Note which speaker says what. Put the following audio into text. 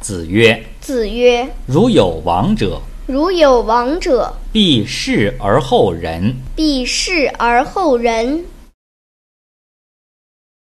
Speaker 1: 子曰
Speaker 2: 子曰：“
Speaker 1: 如有往者，：“
Speaker 2: 如有往者，
Speaker 1: 必视而后人。”
Speaker 2: 必视而后人。”